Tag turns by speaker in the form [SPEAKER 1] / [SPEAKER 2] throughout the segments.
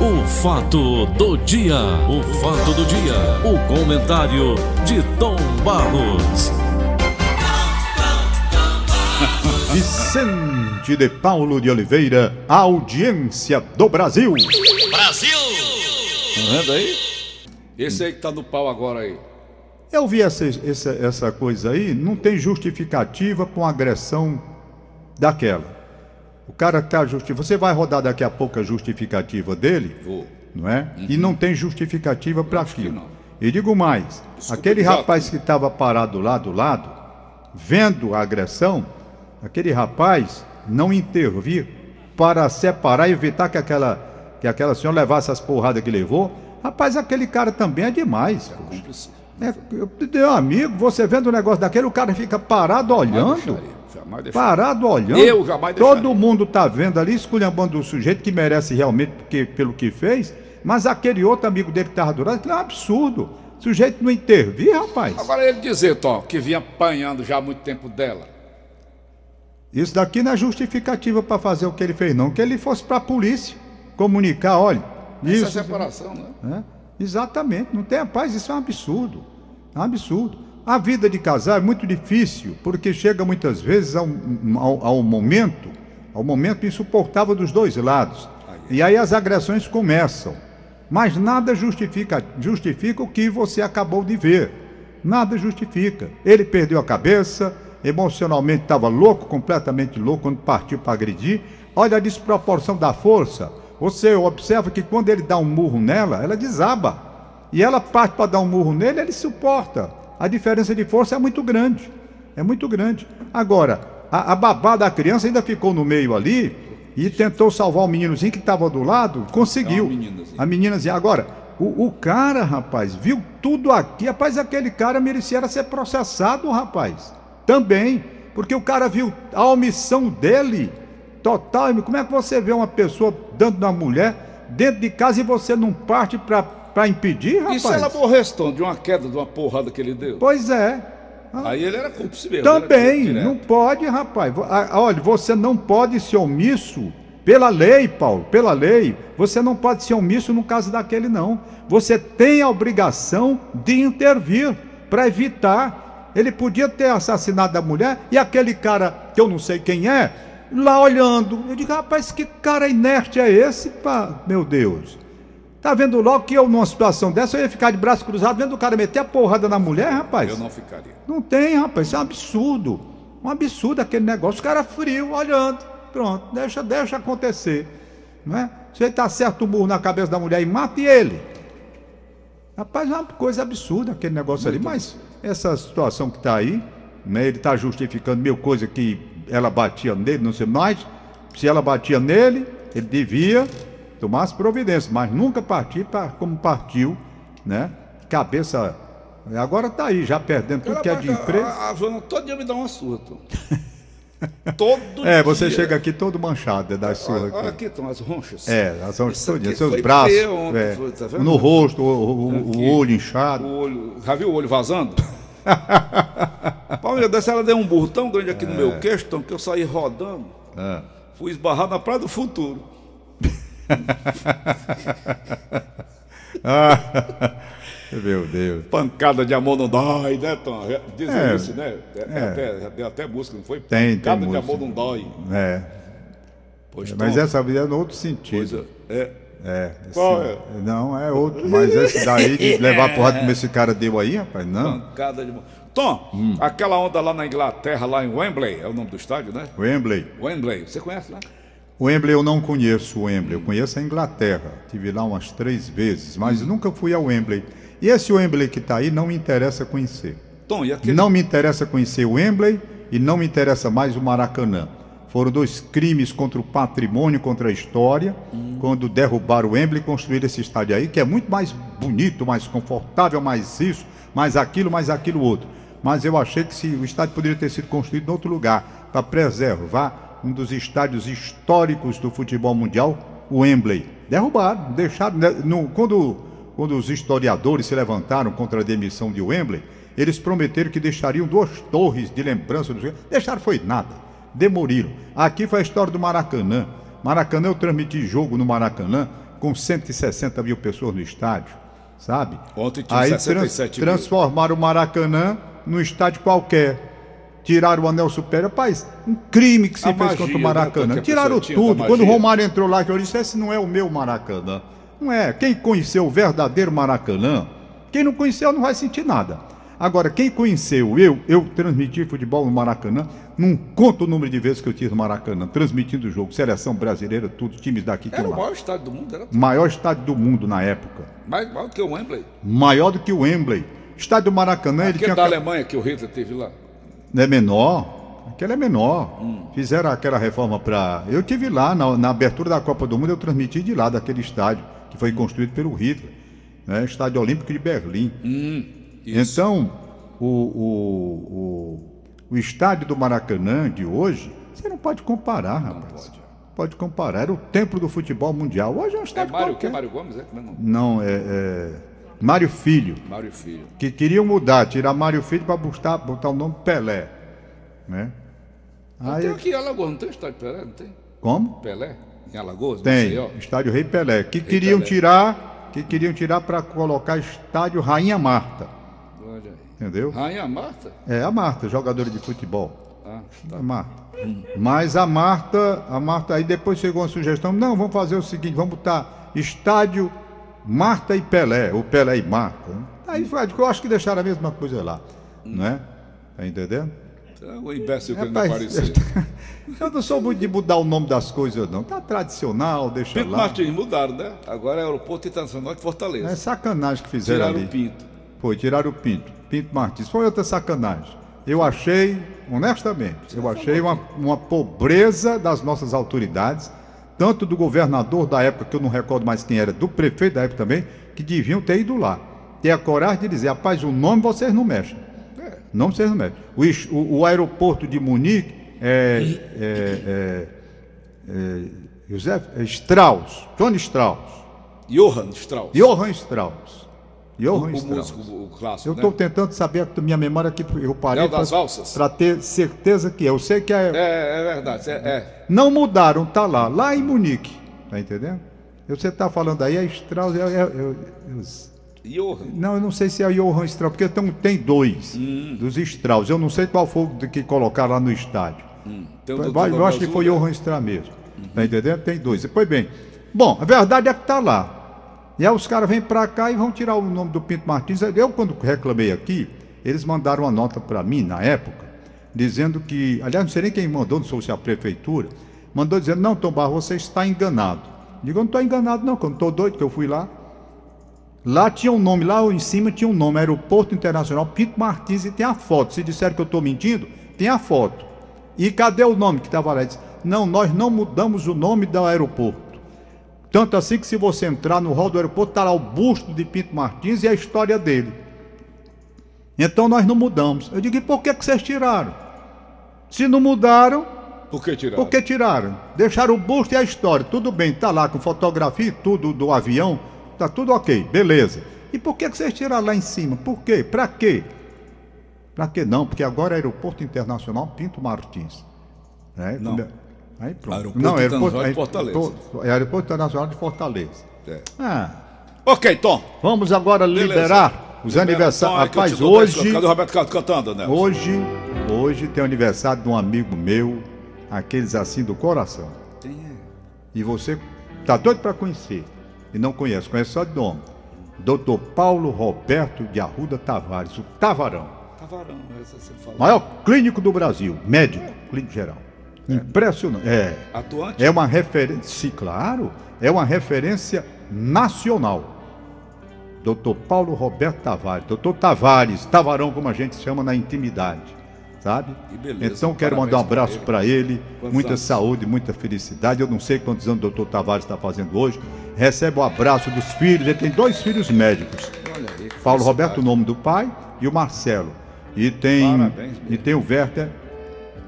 [SPEAKER 1] O fato do dia, o fato do dia, o comentário de Tom Barros.
[SPEAKER 2] Vicente de Paulo de Oliveira, a audiência do Brasil.
[SPEAKER 3] Brasil!
[SPEAKER 4] Tá vendo aí? Esse aí que tá no pau agora aí.
[SPEAKER 2] Eu vi essa, essa, essa coisa aí, não tem justificativa para uma agressão daquela. O cara tá justificando. Você vai rodar daqui a pouco a justificativa dele,
[SPEAKER 4] Vou.
[SPEAKER 2] não é? E não tem justificativa para
[SPEAKER 4] acho que
[SPEAKER 2] aquilo.
[SPEAKER 4] não. é
[SPEAKER 2] E digo mais:
[SPEAKER 4] Desculpa,
[SPEAKER 2] aquele
[SPEAKER 4] Jato.
[SPEAKER 2] rapaz que estava parado lá do lado, vendo a agressão, aquele rapaz não intervir para separar e evitar que aquela, que aquela senhora levasse as porradas que levou. Rapaz, aquele cara também é demais. poxa.
[SPEAKER 4] Cúmplice.
[SPEAKER 2] É, eu te dei um amigo, você vendo um negócio daquele, o cara fica parado
[SPEAKER 4] Jamais
[SPEAKER 2] olhando.
[SPEAKER 4] deixaria, Jamais deixaria.
[SPEAKER 2] Parado olhando.
[SPEAKER 4] Eu jamais
[SPEAKER 2] Todo
[SPEAKER 4] deixaria.
[SPEAKER 2] mundo tá vendo ali, esculhambando o sujeito que merece realmente porque- pelo que fez, mas aquele outro amigo dele que tava durando, aquilo é um absurdo. O sujeito não intervir, rapaz.
[SPEAKER 4] Agora ele dizer, Tom, que vinha apanhando já há muito tempo dela.
[SPEAKER 2] Isso daqui não é justificativa para fazer o que ele fez, não. Que ele fosse para a polícia comunicar, olha.
[SPEAKER 4] Essa
[SPEAKER 2] isso,
[SPEAKER 4] separação, né?
[SPEAKER 2] né? Exatamente, não tem paz, isso é um absurdo. É um absurdo. A vida de casal é muito difícil, porque chega muitas vezes a um- ao, ao momento, ao momento insuportável dos dois lados. E aí as agressões começam. Mas nada justifica, justifica o que você acabou de ver. Nada justifica. Ele perdeu a cabeça, emocionalmente estava louco, completamente louco, quando partiu para agredir. Olha a desproporção da força. Você observa que quando ele dá um murro nela, ela desaba. E ela parte para dar um murro nele, ele suporta. A diferença de força é muito grande. É muito grande. Agora, a, a babá da criança ainda ficou no meio ali e tentou salvar o meninozinho que estava do lado,
[SPEAKER 4] É
[SPEAKER 2] conseguiu.
[SPEAKER 4] uma meninazinha.
[SPEAKER 2] A meninazinha. Agora, o, o cara, rapaz, viu tudo aqui. Rapaz, aquele cara merecia era ser processado, rapaz. Também. Porque o cara viu a omissão dele total. Como é que você vê uma pessoa dando na mulher dentro de casa e você não parte pra, pra impedir, rapaz?
[SPEAKER 4] E se ela morresse, Tom, é de uma queda, de uma porrada que ele deu?
[SPEAKER 2] Pois é.
[SPEAKER 4] Aí ele era cúmplice mesmo.
[SPEAKER 2] Também,
[SPEAKER 4] ele era
[SPEAKER 2] não
[SPEAKER 4] né? direto.
[SPEAKER 2] pode, rapaz. Vo- a- Olha, você não pode ser omisso pela lei, Paulo, pela lei. Você não pode ser omisso no caso daquele, não. Você tem a obrigação de intervir para evitar. Ele podia ter assassinado a mulher e aquele cara, que eu não sei quem é, lá olhando. Eu digo, rapaz, que cara inerte é esse, pá? meu Deus. Tá vendo logo que eu, numa situação dessa, eu ia ficar de braço cruzado vendo o cara meter a porrada na mulher, rapaz?
[SPEAKER 4] Eu não ficaria.
[SPEAKER 2] Não tem, rapaz, isso é um absurdo. Um absurdo aquele negócio. O cara frio, olhando. Pronto, deixa, deixa acontecer. Não é? Se ele tá certo o burro na cabeça da mulher e mata e ele. Rapaz, é uma coisa absurda aquele negócio ali. Mas essa situação que tá aí, né? Ele tá justificando mil coisas que ela batia nele, não sei mais. Se ela batia nele, ele devia tomar as providências, mas nunca partir pra, como partiu, né? Cabeça. Agora tá aí, já perdendo tudo que é de
[SPEAKER 4] baixa-
[SPEAKER 2] emprego.
[SPEAKER 4] A, a Vana todo dia me dá uma surra, Tom. todo
[SPEAKER 2] É, você
[SPEAKER 4] dia.
[SPEAKER 2] chega aqui todo manchado é, das
[SPEAKER 4] Olha,
[SPEAKER 2] suas.
[SPEAKER 4] olha aqui, Tom, as ronchas.
[SPEAKER 2] É, as suas
[SPEAKER 4] Isso aqui
[SPEAKER 2] todinhas, seus
[SPEAKER 4] foi
[SPEAKER 2] braços.
[SPEAKER 4] feio ontem,
[SPEAKER 2] é,
[SPEAKER 4] foi, tá vendo?
[SPEAKER 2] no rosto, o, o- o
[SPEAKER 4] Aqui.
[SPEAKER 2] olho
[SPEAKER 4] O
[SPEAKER 2] inchado.
[SPEAKER 4] olho, já viu o olho vazando? Palmeira dessa, ela deu um burro tão grande aqui no meu queixo, Tom, que eu saí rodando,
[SPEAKER 2] É.
[SPEAKER 4] fui esbarrado na Praia do Futuro.
[SPEAKER 2] Meu Deus.
[SPEAKER 4] Pancada de amor não dói, né, Tom? Dizem
[SPEAKER 2] É.
[SPEAKER 4] isso, né? É,
[SPEAKER 2] É.
[SPEAKER 4] Até, já deu até música, não foi?
[SPEAKER 2] Tem, tem
[SPEAKER 4] Pancada de
[SPEAKER 2] música.
[SPEAKER 4] amor não dói.
[SPEAKER 2] É,
[SPEAKER 4] Pois,
[SPEAKER 2] mas
[SPEAKER 4] Tom,
[SPEAKER 2] essa vida é no outro sentido.
[SPEAKER 4] Então, coisa- é,
[SPEAKER 2] É, esse-
[SPEAKER 4] Qual é?
[SPEAKER 2] Não, é outro. Mas esse daí de levar porrada como esse cara deu aí, rapaz, não.
[SPEAKER 4] pancada de amor. Tom,
[SPEAKER 2] Hum.
[SPEAKER 4] aquela onda lá na Inglaterra, lá em Wembley, é o nome do estádio, né?
[SPEAKER 2] Wembley.
[SPEAKER 4] Wembley, você conhece lá?
[SPEAKER 2] Wembley eu não conheço, Wembley. Eu conheço a Inglaterra. Tive lá umas três vezes, mas
[SPEAKER 4] Hum.
[SPEAKER 2] nunca fui ao Wembley. E esse Wembley que tá aí não me interessa conhecer.
[SPEAKER 4] Tom, e aquele.
[SPEAKER 2] Não me interessa conhecer o Wembley e não me interessa mais o Maracanã. Foram dois crimes contra o patrimônio, contra a história, quando derrubaram o Wembley e construíram esse estádio aí, que é muito mais bonito, mais confortável, mais isso, mais aquilo, mais aquilo outro. Mas eu achei que se, o estádio poderia ter sido construído em outro lugar, para preservar um dos estádios históricos do futebol mundial, o Wembley. Derrubaram, deixaram. né, no- quando quando os historiadores se levantaram contra a demissão de Wembley, eles prometeram que deixariam duas torres de lembrança. não sei o quê. Deixaram foi nada. Demoliram. Aqui foi a história do Maracanã. Maracanã, eu transmiti jogo no Maracanã. com 160 mil pessoas no estádio, sabe?
[SPEAKER 4] Ontem tinha
[SPEAKER 2] Aí
[SPEAKER 4] 67 mil.
[SPEAKER 2] transformaram o Maracanã num estádio qualquer. Tiraram o anel superior. Rapaz, um crime que se
[SPEAKER 4] A
[SPEAKER 2] fez
[SPEAKER 4] magia,
[SPEAKER 2] contra o
[SPEAKER 4] né?
[SPEAKER 2] Maracanã.
[SPEAKER 4] Tanto que a
[SPEAKER 2] Tiraram
[SPEAKER 4] pessoa tinha da
[SPEAKER 2] tudo. Quando o
[SPEAKER 4] magia.
[SPEAKER 2] Romário entrou lá, que eu disse, esse não é o meu Maracanã. Não é. Quem conheceu o verdadeiro Maracanã, quem não conheceu não vai sentir nada. Agora, quem conheceu eu, eu transmiti futebol no Maracanã, não conta o número de vezes que eu tive no Maracanã, transmitindo o jogo, seleção brasileira, tudo, times daqui que
[SPEAKER 4] Era o
[SPEAKER 2] lá.
[SPEAKER 4] maior estádio do mundo, era
[SPEAKER 2] Maior estádio do mundo na época.
[SPEAKER 4] mais maior que o Wembley.
[SPEAKER 2] Maior do que o Wembley. Estádio do Maracanã, ele
[SPEAKER 4] Aquele
[SPEAKER 2] tinha
[SPEAKER 4] da Alemanha que o Hitler teve lá.
[SPEAKER 2] é menor. Aquele é menor. Fizeram aquela reforma para. Eu tive lá na, na abertura da Copa do Mundo, eu transmiti de lá daquele estádio que foi construído pelo Hitler, né? Estádio Olímpico de Berlim.
[SPEAKER 4] Hum, Isso.
[SPEAKER 2] Então, o, o, o, o estádio do Maracanã de hoje, você não pode comparar, rapaz.
[SPEAKER 4] pode.
[SPEAKER 2] Pode comparar. Era o templo do futebol mundial. Hoje é um
[SPEAKER 4] É
[SPEAKER 2] estádio
[SPEAKER 4] Mário, que é
[SPEAKER 2] qualquer.
[SPEAKER 4] Mário Gomes, é? Como é o nome?
[SPEAKER 2] Não, é, é Mário Filho
[SPEAKER 4] Mário Filho.
[SPEAKER 2] que queriam mudar, tirar Mário Filho para botar, botar o nome Pelé. Né?
[SPEAKER 4] Não
[SPEAKER 2] Aí,
[SPEAKER 4] Então tem aqui em Alagoas, não tem estádio Pelé? Não tem?
[SPEAKER 2] como?
[SPEAKER 4] Pelé? Em Alagoas?
[SPEAKER 2] Tem,
[SPEAKER 4] Maceió?
[SPEAKER 2] estádio Rei Pelé, que queriam
[SPEAKER 4] Pelé.
[SPEAKER 2] tirar, que queriam tirar para colocar estádio Rainha Marta,
[SPEAKER 4] Olha aí.
[SPEAKER 2] entendeu?
[SPEAKER 4] Rainha Marta?
[SPEAKER 2] É a Marta, jogadora de futebol.
[SPEAKER 4] Ah,
[SPEAKER 2] A Marta.
[SPEAKER 4] Hum.
[SPEAKER 2] Mas a Marta, a Marta aí depois chegou uma sugestão, não, vamos fazer o seguinte, vamos botar estádio Marta e Pelé, ou Pelé e Marta. né? Aí foi, eu acho que deixaram a mesma coisa lá,
[SPEAKER 4] Hum.
[SPEAKER 2] né? Tá entendendo?
[SPEAKER 4] tá o imbécil que não
[SPEAKER 2] Rapaz,
[SPEAKER 4] apareceu.
[SPEAKER 2] Eu não sou muito de mudar o nome das coisas, não. Tá tradicional, deixa
[SPEAKER 4] Pinto
[SPEAKER 2] lá.
[SPEAKER 4] Martins mudaram, né? Agora é aeroporto internacional de Fortaleza.
[SPEAKER 2] É sacanagem que fizeram
[SPEAKER 4] Tiraram
[SPEAKER 2] ali.
[SPEAKER 4] o Pinto.
[SPEAKER 2] Foi, tiraram o Pinto. Pinto Martins. Foi outra sacanagem. Eu achei, honestamente, eu achei uma, uma pobreza das nossas autoridades, tanto do governador da época, que eu não recordo mais quem era, do prefeito da época também, que deviam ter ido lá. Ter a coragem de dizer, rapaz, o nome vocês não mexem.
[SPEAKER 4] É.
[SPEAKER 2] Não vocês não mexem. O, is- o- o aeroporto de Munique é, é, é, é, José é Strauss, Johnn Strauss,
[SPEAKER 4] Johann Strauss.
[SPEAKER 2] Johann Strauss.
[SPEAKER 4] o,
[SPEAKER 2] Johann
[SPEAKER 4] o
[SPEAKER 2] Strauss.
[SPEAKER 4] músico o clássico.
[SPEAKER 2] Eu
[SPEAKER 4] né?
[SPEAKER 2] estou tentando saber a minha memória aqui, porque eu parei
[SPEAKER 4] É o das valsas?
[SPEAKER 2] para ter certeza que é. Eu sei que é.
[SPEAKER 4] É, é verdade. É, é.
[SPEAKER 2] Não mudaram, tá lá, lá em Munique. Tá entendendo? Eu- Você tá falando aí, é Strauss. é- é- é- é-
[SPEAKER 4] Johann.
[SPEAKER 2] não, eu não sei se é Johann Strauss, porque tem, tem dois
[SPEAKER 4] Hum.
[SPEAKER 2] dos Strauss. Eu não sei qual foi o de que colocaram lá no estádio.
[SPEAKER 4] Tem o
[SPEAKER 2] Eu,
[SPEAKER 4] do-
[SPEAKER 2] eu
[SPEAKER 4] do
[SPEAKER 2] acho que
[SPEAKER 4] Azul,
[SPEAKER 2] foi
[SPEAKER 4] né?
[SPEAKER 2] Johann Strauss mesmo. Tá entendendo? Tem dois. Pois bem. Bom, a verdade é que tá lá. E aí os caras vêm pra cá e vão tirar o nome do Pinto Martins. Eu, quando reclamei aqui, eles mandaram uma nota pra mim na época, dizendo que. Aliás, não sei nem quem mandou, não sei se é a prefeitura, mandou dizendo, não, Tom Barro, você está enganado. Digo, eu não estou enganado, não, que eu não estou doido, que eu fui lá. Lá tinha um nome, lá em cima tinha um nome, Aeroporto Internacional Pinto Martins, e tem a foto. Se disseram que eu estou mentindo, tem a foto. E cadê o nome que estava lá? Ele Disse, não, nós não mudamos o nome do aeroporto. Tanto assim que se você entrar no hall do aeroporto, está lá o busto de Pinto Martins e a história dele. Então nós não mudamos. Eu digo, e por que, que vocês tiraram? Se não mudaram,
[SPEAKER 4] Por que tiraram?
[SPEAKER 2] por que tiraram? Deixaram o busto e a história. Tudo bem, tá lá com fotografia e tudo do avião, tá tudo ok, beleza. E por que, que vocês tiraram lá em cima? Por quê? Pra quê? Pra que não? Porque agora é Aeroporto Internacional Pinto Martins. Né?
[SPEAKER 4] Não.
[SPEAKER 2] Aí pronto.
[SPEAKER 4] Aeroporto Internacional de Fortaleza.
[SPEAKER 2] Aeroporto- É Aeroporto Internacional de Fortaleza.
[SPEAKER 4] É.
[SPEAKER 2] Ah,
[SPEAKER 4] Ok, Tom.
[SPEAKER 2] vamos agora
[SPEAKER 4] Beleza.
[SPEAKER 2] liberar os
[SPEAKER 4] Libera,
[SPEAKER 2] aniversários.
[SPEAKER 4] Tom, aí que eu te
[SPEAKER 2] Rapaz,
[SPEAKER 4] dou dois
[SPEAKER 2] hoje.
[SPEAKER 4] cantos. Cadê o Roberto Carlos cantando, né?
[SPEAKER 2] Hoje, hoje tem o aniversário de um amigo meu, aqueles assim do coração.
[SPEAKER 4] é.
[SPEAKER 2] E você tá doido para conhecer e não conhece, conhece só de nome. Dr. Paulo Roberto de Arruda Tavares, o Tavarão,
[SPEAKER 4] Tavarão, essa Tá né? você fala.
[SPEAKER 2] maior clínico do Brasil, médico, clínico geral. Impressionante. É.
[SPEAKER 4] Atuante?
[SPEAKER 2] É uma referência, sim, claro, é uma referência nacional. Dr. Paulo Roberto Tavares, Dr. Tavares, Tavarão, como a gente chama na intimidade, sabe?
[SPEAKER 4] Que beleza,
[SPEAKER 2] então quero
[SPEAKER 4] parabéns
[SPEAKER 2] mandar um abraço
[SPEAKER 4] pra
[SPEAKER 2] para ele,
[SPEAKER 4] Quantos
[SPEAKER 2] muita
[SPEAKER 4] anos?
[SPEAKER 2] saúde, muita felicidade. Eu não sei quantos anos o Dr. Tavares está fazendo hoje. Recebe o abraço dos filhos, ele tem dois filhos médicos.
[SPEAKER 4] Olha aí. que
[SPEAKER 2] Paulo
[SPEAKER 4] felicidade.
[SPEAKER 2] É. Roberto, o nome do pai, e o Marcelo. E tem,
[SPEAKER 4] Parabéns, Hum.
[SPEAKER 2] e tem o Werther,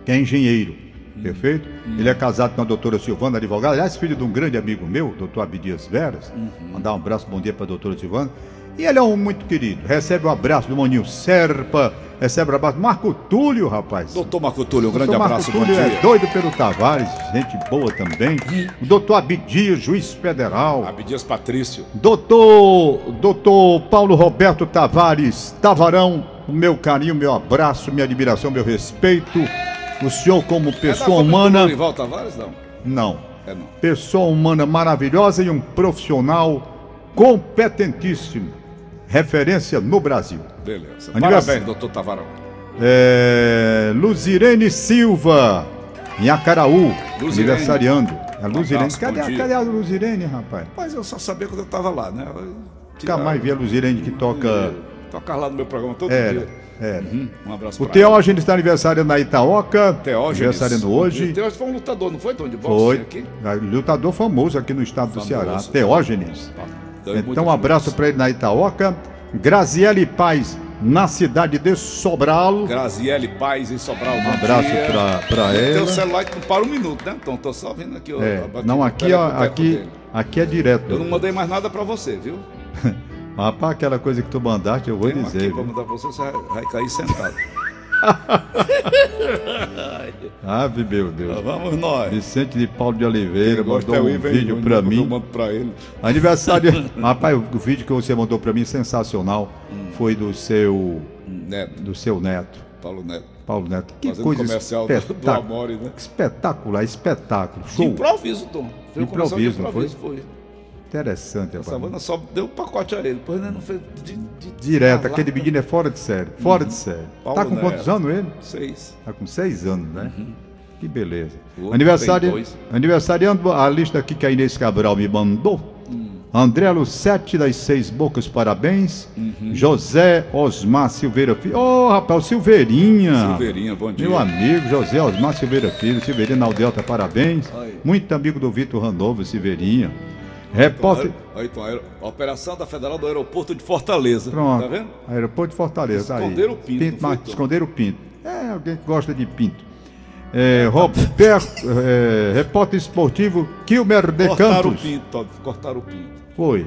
[SPEAKER 2] que é engenheiro. perfeito? Ele é casado com a doutora Silvana, advogada, aliás, filho de um grande amigo meu, doutor Abdias Veras.
[SPEAKER 4] Uhum.
[SPEAKER 2] Mandar um abraço, bom dia para a doutora Silvana. E ele é um muito querido, recebe o abraço do Maninho Serpa, recebe o abraço do Marco Túlio, rapaz.
[SPEAKER 4] Doutor Marco Túlio, um grande
[SPEAKER 2] Doutor
[SPEAKER 4] abraço,
[SPEAKER 2] Marco
[SPEAKER 4] bom
[SPEAKER 2] Túlio
[SPEAKER 4] dia.
[SPEAKER 2] é doido pelo Tavares, gente boa também. O doutor Abdias, juiz federal.
[SPEAKER 4] Abdias Patrício.
[SPEAKER 2] Doutor, doutor Paulo Roberto Tavares Tavarão, o meu carinho, meu abraço, minha admiração, meu respeito. O senhor
[SPEAKER 4] É
[SPEAKER 2] como pessoa humana,
[SPEAKER 4] Rival um Tavares, não?
[SPEAKER 2] não,
[SPEAKER 4] É não.
[SPEAKER 2] pessoa humana maravilhosa e um profissional competentíssimo, referência no Brasil.
[SPEAKER 4] Beleza.
[SPEAKER 2] Aniversário.
[SPEAKER 4] Parabéns, doutor Tavarão.
[SPEAKER 2] É, Luzirene Silva, em Acaraú,
[SPEAKER 4] Luzirene. Um
[SPEAKER 2] aniversariando. É Luzirene,
[SPEAKER 4] abraço,
[SPEAKER 2] cadê,
[SPEAKER 4] bom
[SPEAKER 2] a-
[SPEAKER 4] dia.
[SPEAKER 2] cadê a Luzirene, rapaz?
[SPEAKER 4] Mas eu só sabia quando eu tava lá, né? Eu-
[SPEAKER 2] Nunca mais vi a Luzirene que toca...
[SPEAKER 4] Tocar lá no meu programa todo
[SPEAKER 2] Era,
[SPEAKER 4] dia.
[SPEAKER 2] era.
[SPEAKER 4] Uhum, Um abraço
[SPEAKER 2] O
[SPEAKER 4] pra ela.
[SPEAKER 2] Teógenes está aniversário na Itaoca.
[SPEAKER 4] Teógenes.
[SPEAKER 2] Aniversariando hoje.
[SPEAKER 4] O Teógenes foi um lutador, não foi, Tom de Bola?
[SPEAKER 2] Foi.
[SPEAKER 4] Aqui?
[SPEAKER 2] Lutador famoso aqui no estado
[SPEAKER 4] Famoso.
[SPEAKER 2] do Ceará. Teógenes.
[SPEAKER 4] Tá. Ganhou muita
[SPEAKER 2] Então, um abraço para ele na Itaoca. Graziele Paz, na cidade de Sobral.
[SPEAKER 4] Graziele Paz em Sobral.
[SPEAKER 2] Um abraço para
[SPEAKER 4] Teu
[SPEAKER 2] ela.
[SPEAKER 4] celular que não para um minuto, né, Tom? Tô só vendo aqui. ó,
[SPEAKER 2] É,
[SPEAKER 4] a batida
[SPEAKER 2] não,
[SPEAKER 4] do
[SPEAKER 2] aqui, ó,
[SPEAKER 4] telecoteco
[SPEAKER 2] aqui,
[SPEAKER 4] dele.
[SPEAKER 2] aqui é direto.
[SPEAKER 4] Eu não mandei mais nada pra você, viu?
[SPEAKER 2] Rapaz, aquela coisa que tu mandaste, eu vou
[SPEAKER 4] Tem um aqui
[SPEAKER 2] dizer.
[SPEAKER 4] pra
[SPEAKER 2] viu?
[SPEAKER 4] mandar pra você, você vai, vai cair sentado.
[SPEAKER 2] Ave, meu Deus.
[SPEAKER 4] Vamos nós.
[SPEAKER 2] Vicente de Paulo de Oliveira
[SPEAKER 4] Gosto
[SPEAKER 2] mandou
[SPEAKER 4] é o
[SPEAKER 2] um
[SPEAKER 4] Ivan
[SPEAKER 2] vídeo
[SPEAKER 4] Júnior,
[SPEAKER 2] para
[SPEAKER 4] quando Eu
[SPEAKER 2] mim.
[SPEAKER 4] mando pra ele.
[SPEAKER 2] Aniversário. Rapaz, o o vídeo que você mandou pra mim é sensacional
[SPEAKER 4] Hum.
[SPEAKER 2] foi do seu
[SPEAKER 4] Neto,
[SPEAKER 2] do seu neto,
[SPEAKER 4] Paulo Neto.
[SPEAKER 2] Paulo Neto. Que
[SPEAKER 4] Fazendo
[SPEAKER 2] coisa
[SPEAKER 4] comercial do-
[SPEAKER 2] espetacular,
[SPEAKER 4] do Amore, né?
[SPEAKER 2] espetacular, espetáculo.
[SPEAKER 4] De
[SPEAKER 2] Show.
[SPEAKER 4] improviso, Tom. Foi um
[SPEAKER 2] De
[SPEAKER 4] comercial de
[SPEAKER 2] improviso, não
[SPEAKER 4] Foi.
[SPEAKER 2] Interessante,
[SPEAKER 4] A
[SPEAKER 2] rapaz.
[SPEAKER 4] Savana só deu um pacote a ele, pois né, não fez de, de-
[SPEAKER 2] Direto,
[SPEAKER 4] Ah, lá, Uhum.
[SPEAKER 2] aquele menino é fora de série, fora de série.
[SPEAKER 4] Paulo
[SPEAKER 2] tá com quantos
[SPEAKER 4] Neto.
[SPEAKER 2] anos ele?
[SPEAKER 4] Seis.
[SPEAKER 2] Tá com seis anos, né? Que beleza.
[SPEAKER 4] O outro tem
[SPEAKER 2] Aniversário,
[SPEAKER 4] dois.
[SPEAKER 2] aniversariando a lista aqui que a Inês Cabral me mandou.
[SPEAKER 4] Hum.
[SPEAKER 2] André Lu, sete das seis bocas, parabéns.
[SPEAKER 4] Uhum.
[SPEAKER 2] José Osmar Silveira Filho. Ô, rapaz, o Silveirinha.
[SPEAKER 4] Silveirinha, bom dia.
[SPEAKER 2] Ah, Meu amigo José Osmar Silveira Filho, Silveirinha Aldelta, parabéns.
[SPEAKER 4] Aí.
[SPEAKER 2] Muito amigo do Vitor Randolfo, Silveirinha. Repórter.
[SPEAKER 4] Aí, então, aer- operação da Federal do Aeroporto de Fortaleza.
[SPEAKER 2] Pronto.
[SPEAKER 4] Tá vendo?
[SPEAKER 2] Aeroporto de Fortaleza. aí.
[SPEAKER 4] Esconderam o pinto, não foi, então?
[SPEAKER 2] mas
[SPEAKER 4] Tom?
[SPEAKER 2] esconderam o pinto. É, alguém que gosta de pinto. É, Roberto, é, repórter esportivo, Kilmer de
[SPEAKER 4] Cortaram o
[SPEAKER 2] Campos.
[SPEAKER 4] pinto, Tom, cortaram o pinto.
[SPEAKER 2] Foi.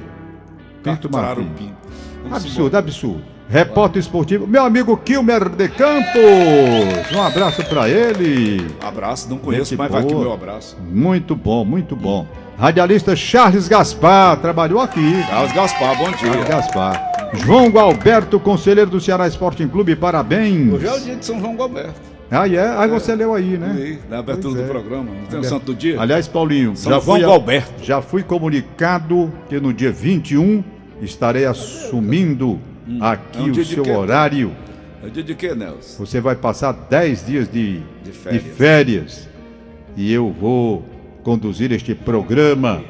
[SPEAKER 2] Pinto
[SPEAKER 4] cortaram o
[SPEAKER 2] Martins.
[SPEAKER 4] pinto. Vamos
[SPEAKER 2] Absurdo, absurdo. Repórter esportivo, meu amigo Kilmer de Campos. Um abraço pra ele.
[SPEAKER 4] embora. Abraço, não conheço,
[SPEAKER 2] Gente
[SPEAKER 4] mas vai aqui o
[SPEAKER 2] boa.
[SPEAKER 4] meu abraço.
[SPEAKER 2] Muito bom, muito bom. Radialista Charles Gaspar, trabalhou aqui.
[SPEAKER 4] Carlos Gaspar, bom
[SPEAKER 2] Charles
[SPEAKER 4] dia.
[SPEAKER 2] Gaspar. João Gualberto, conselheiro do Ceará Sporting Clube, parabéns.
[SPEAKER 4] Hoje é o dia de São João Goberto.
[SPEAKER 2] Ah, é? Aí você leu aí, né?
[SPEAKER 4] Li, Na abertura
[SPEAKER 2] Pois é.
[SPEAKER 4] do programa. Não tem o
[SPEAKER 2] Aliás-
[SPEAKER 4] santo do dia?
[SPEAKER 2] Aliás, Paulinho,
[SPEAKER 4] São
[SPEAKER 2] já
[SPEAKER 4] João
[SPEAKER 2] fui, a-
[SPEAKER 4] Galberto.
[SPEAKER 2] já fui comunicado que no dia 21 estarei assumindo aqui
[SPEAKER 4] É um dia
[SPEAKER 2] o
[SPEAKER 4] de
[SPEAKER 2] seu
[SPEAKER 4] quê?
[SPEAKER 2] horário.
[SPEAKER 4] É dia de quê, Nelson?
[SPEAKER 2] Você vai passar 10 dias de,
[SPEAKER 4] De
[SPEAKER 2] de
[SPEAKER 4] férias.
[SPEAKER 2] férias. E eu vou conduzir este programa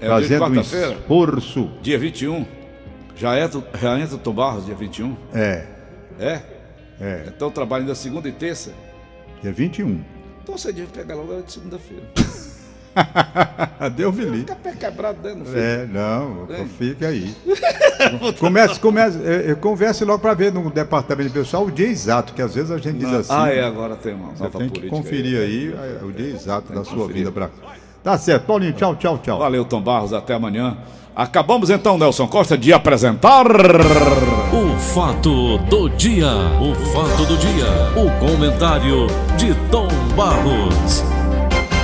[SPEAKER 4] É o dia de
[SPEAKER 2] fazendo um
[SPEAKER 4] quarta-feira?
[SPEAKER 2] esforço.
[SPEAKER 4] Dia 21. Já entra, já entra o Tom Barros, dia 21?
[SPEAKER 2] É,
[SPEAKER 4] É?
[SPEAKER 2] é,
[SPEAKER 4] Então eu trabalho ainda segunda e terça.
[SPEAKER 2] dia 21.
[SPEAKER 4] Então você devia pegar logo ela de segunda-feira.
[SPEAKER 2] Deus me livre.
[SPEAKER 4] Fica pé quebrado né, dentro, filho.
[SPEAKER 2] É, não, fica aí. Comece, comece, é, é, converse logo para ver no departamento pessoal o dia exato, que às vezes a gente diz assim.
[SPEAKER 4] ah, é, agora tem uma
[SPEAKER 2] Você
[SPEAKER 4] nova
[SPEAKER 2] tem que
[SPEAKER 4] política.
[SPEAKER 2] conferir
[SPEAKER 4] aí. né?
[SPEAKER 2] aí é, o dia exato da sua
[SPEAKER 4] conferir.
[SPEAKER 2] vida, Braco. Tá certo, Paulinho, tchau, tchau, tchau.
[SPEAKER 4] Valeu, Tom Barros, até amanhã. Acabamos então, Nelson Costa, de apresentar.
[SPEAKER 1] O fato do dia, o fato do dia, o comentário de Tom Barros.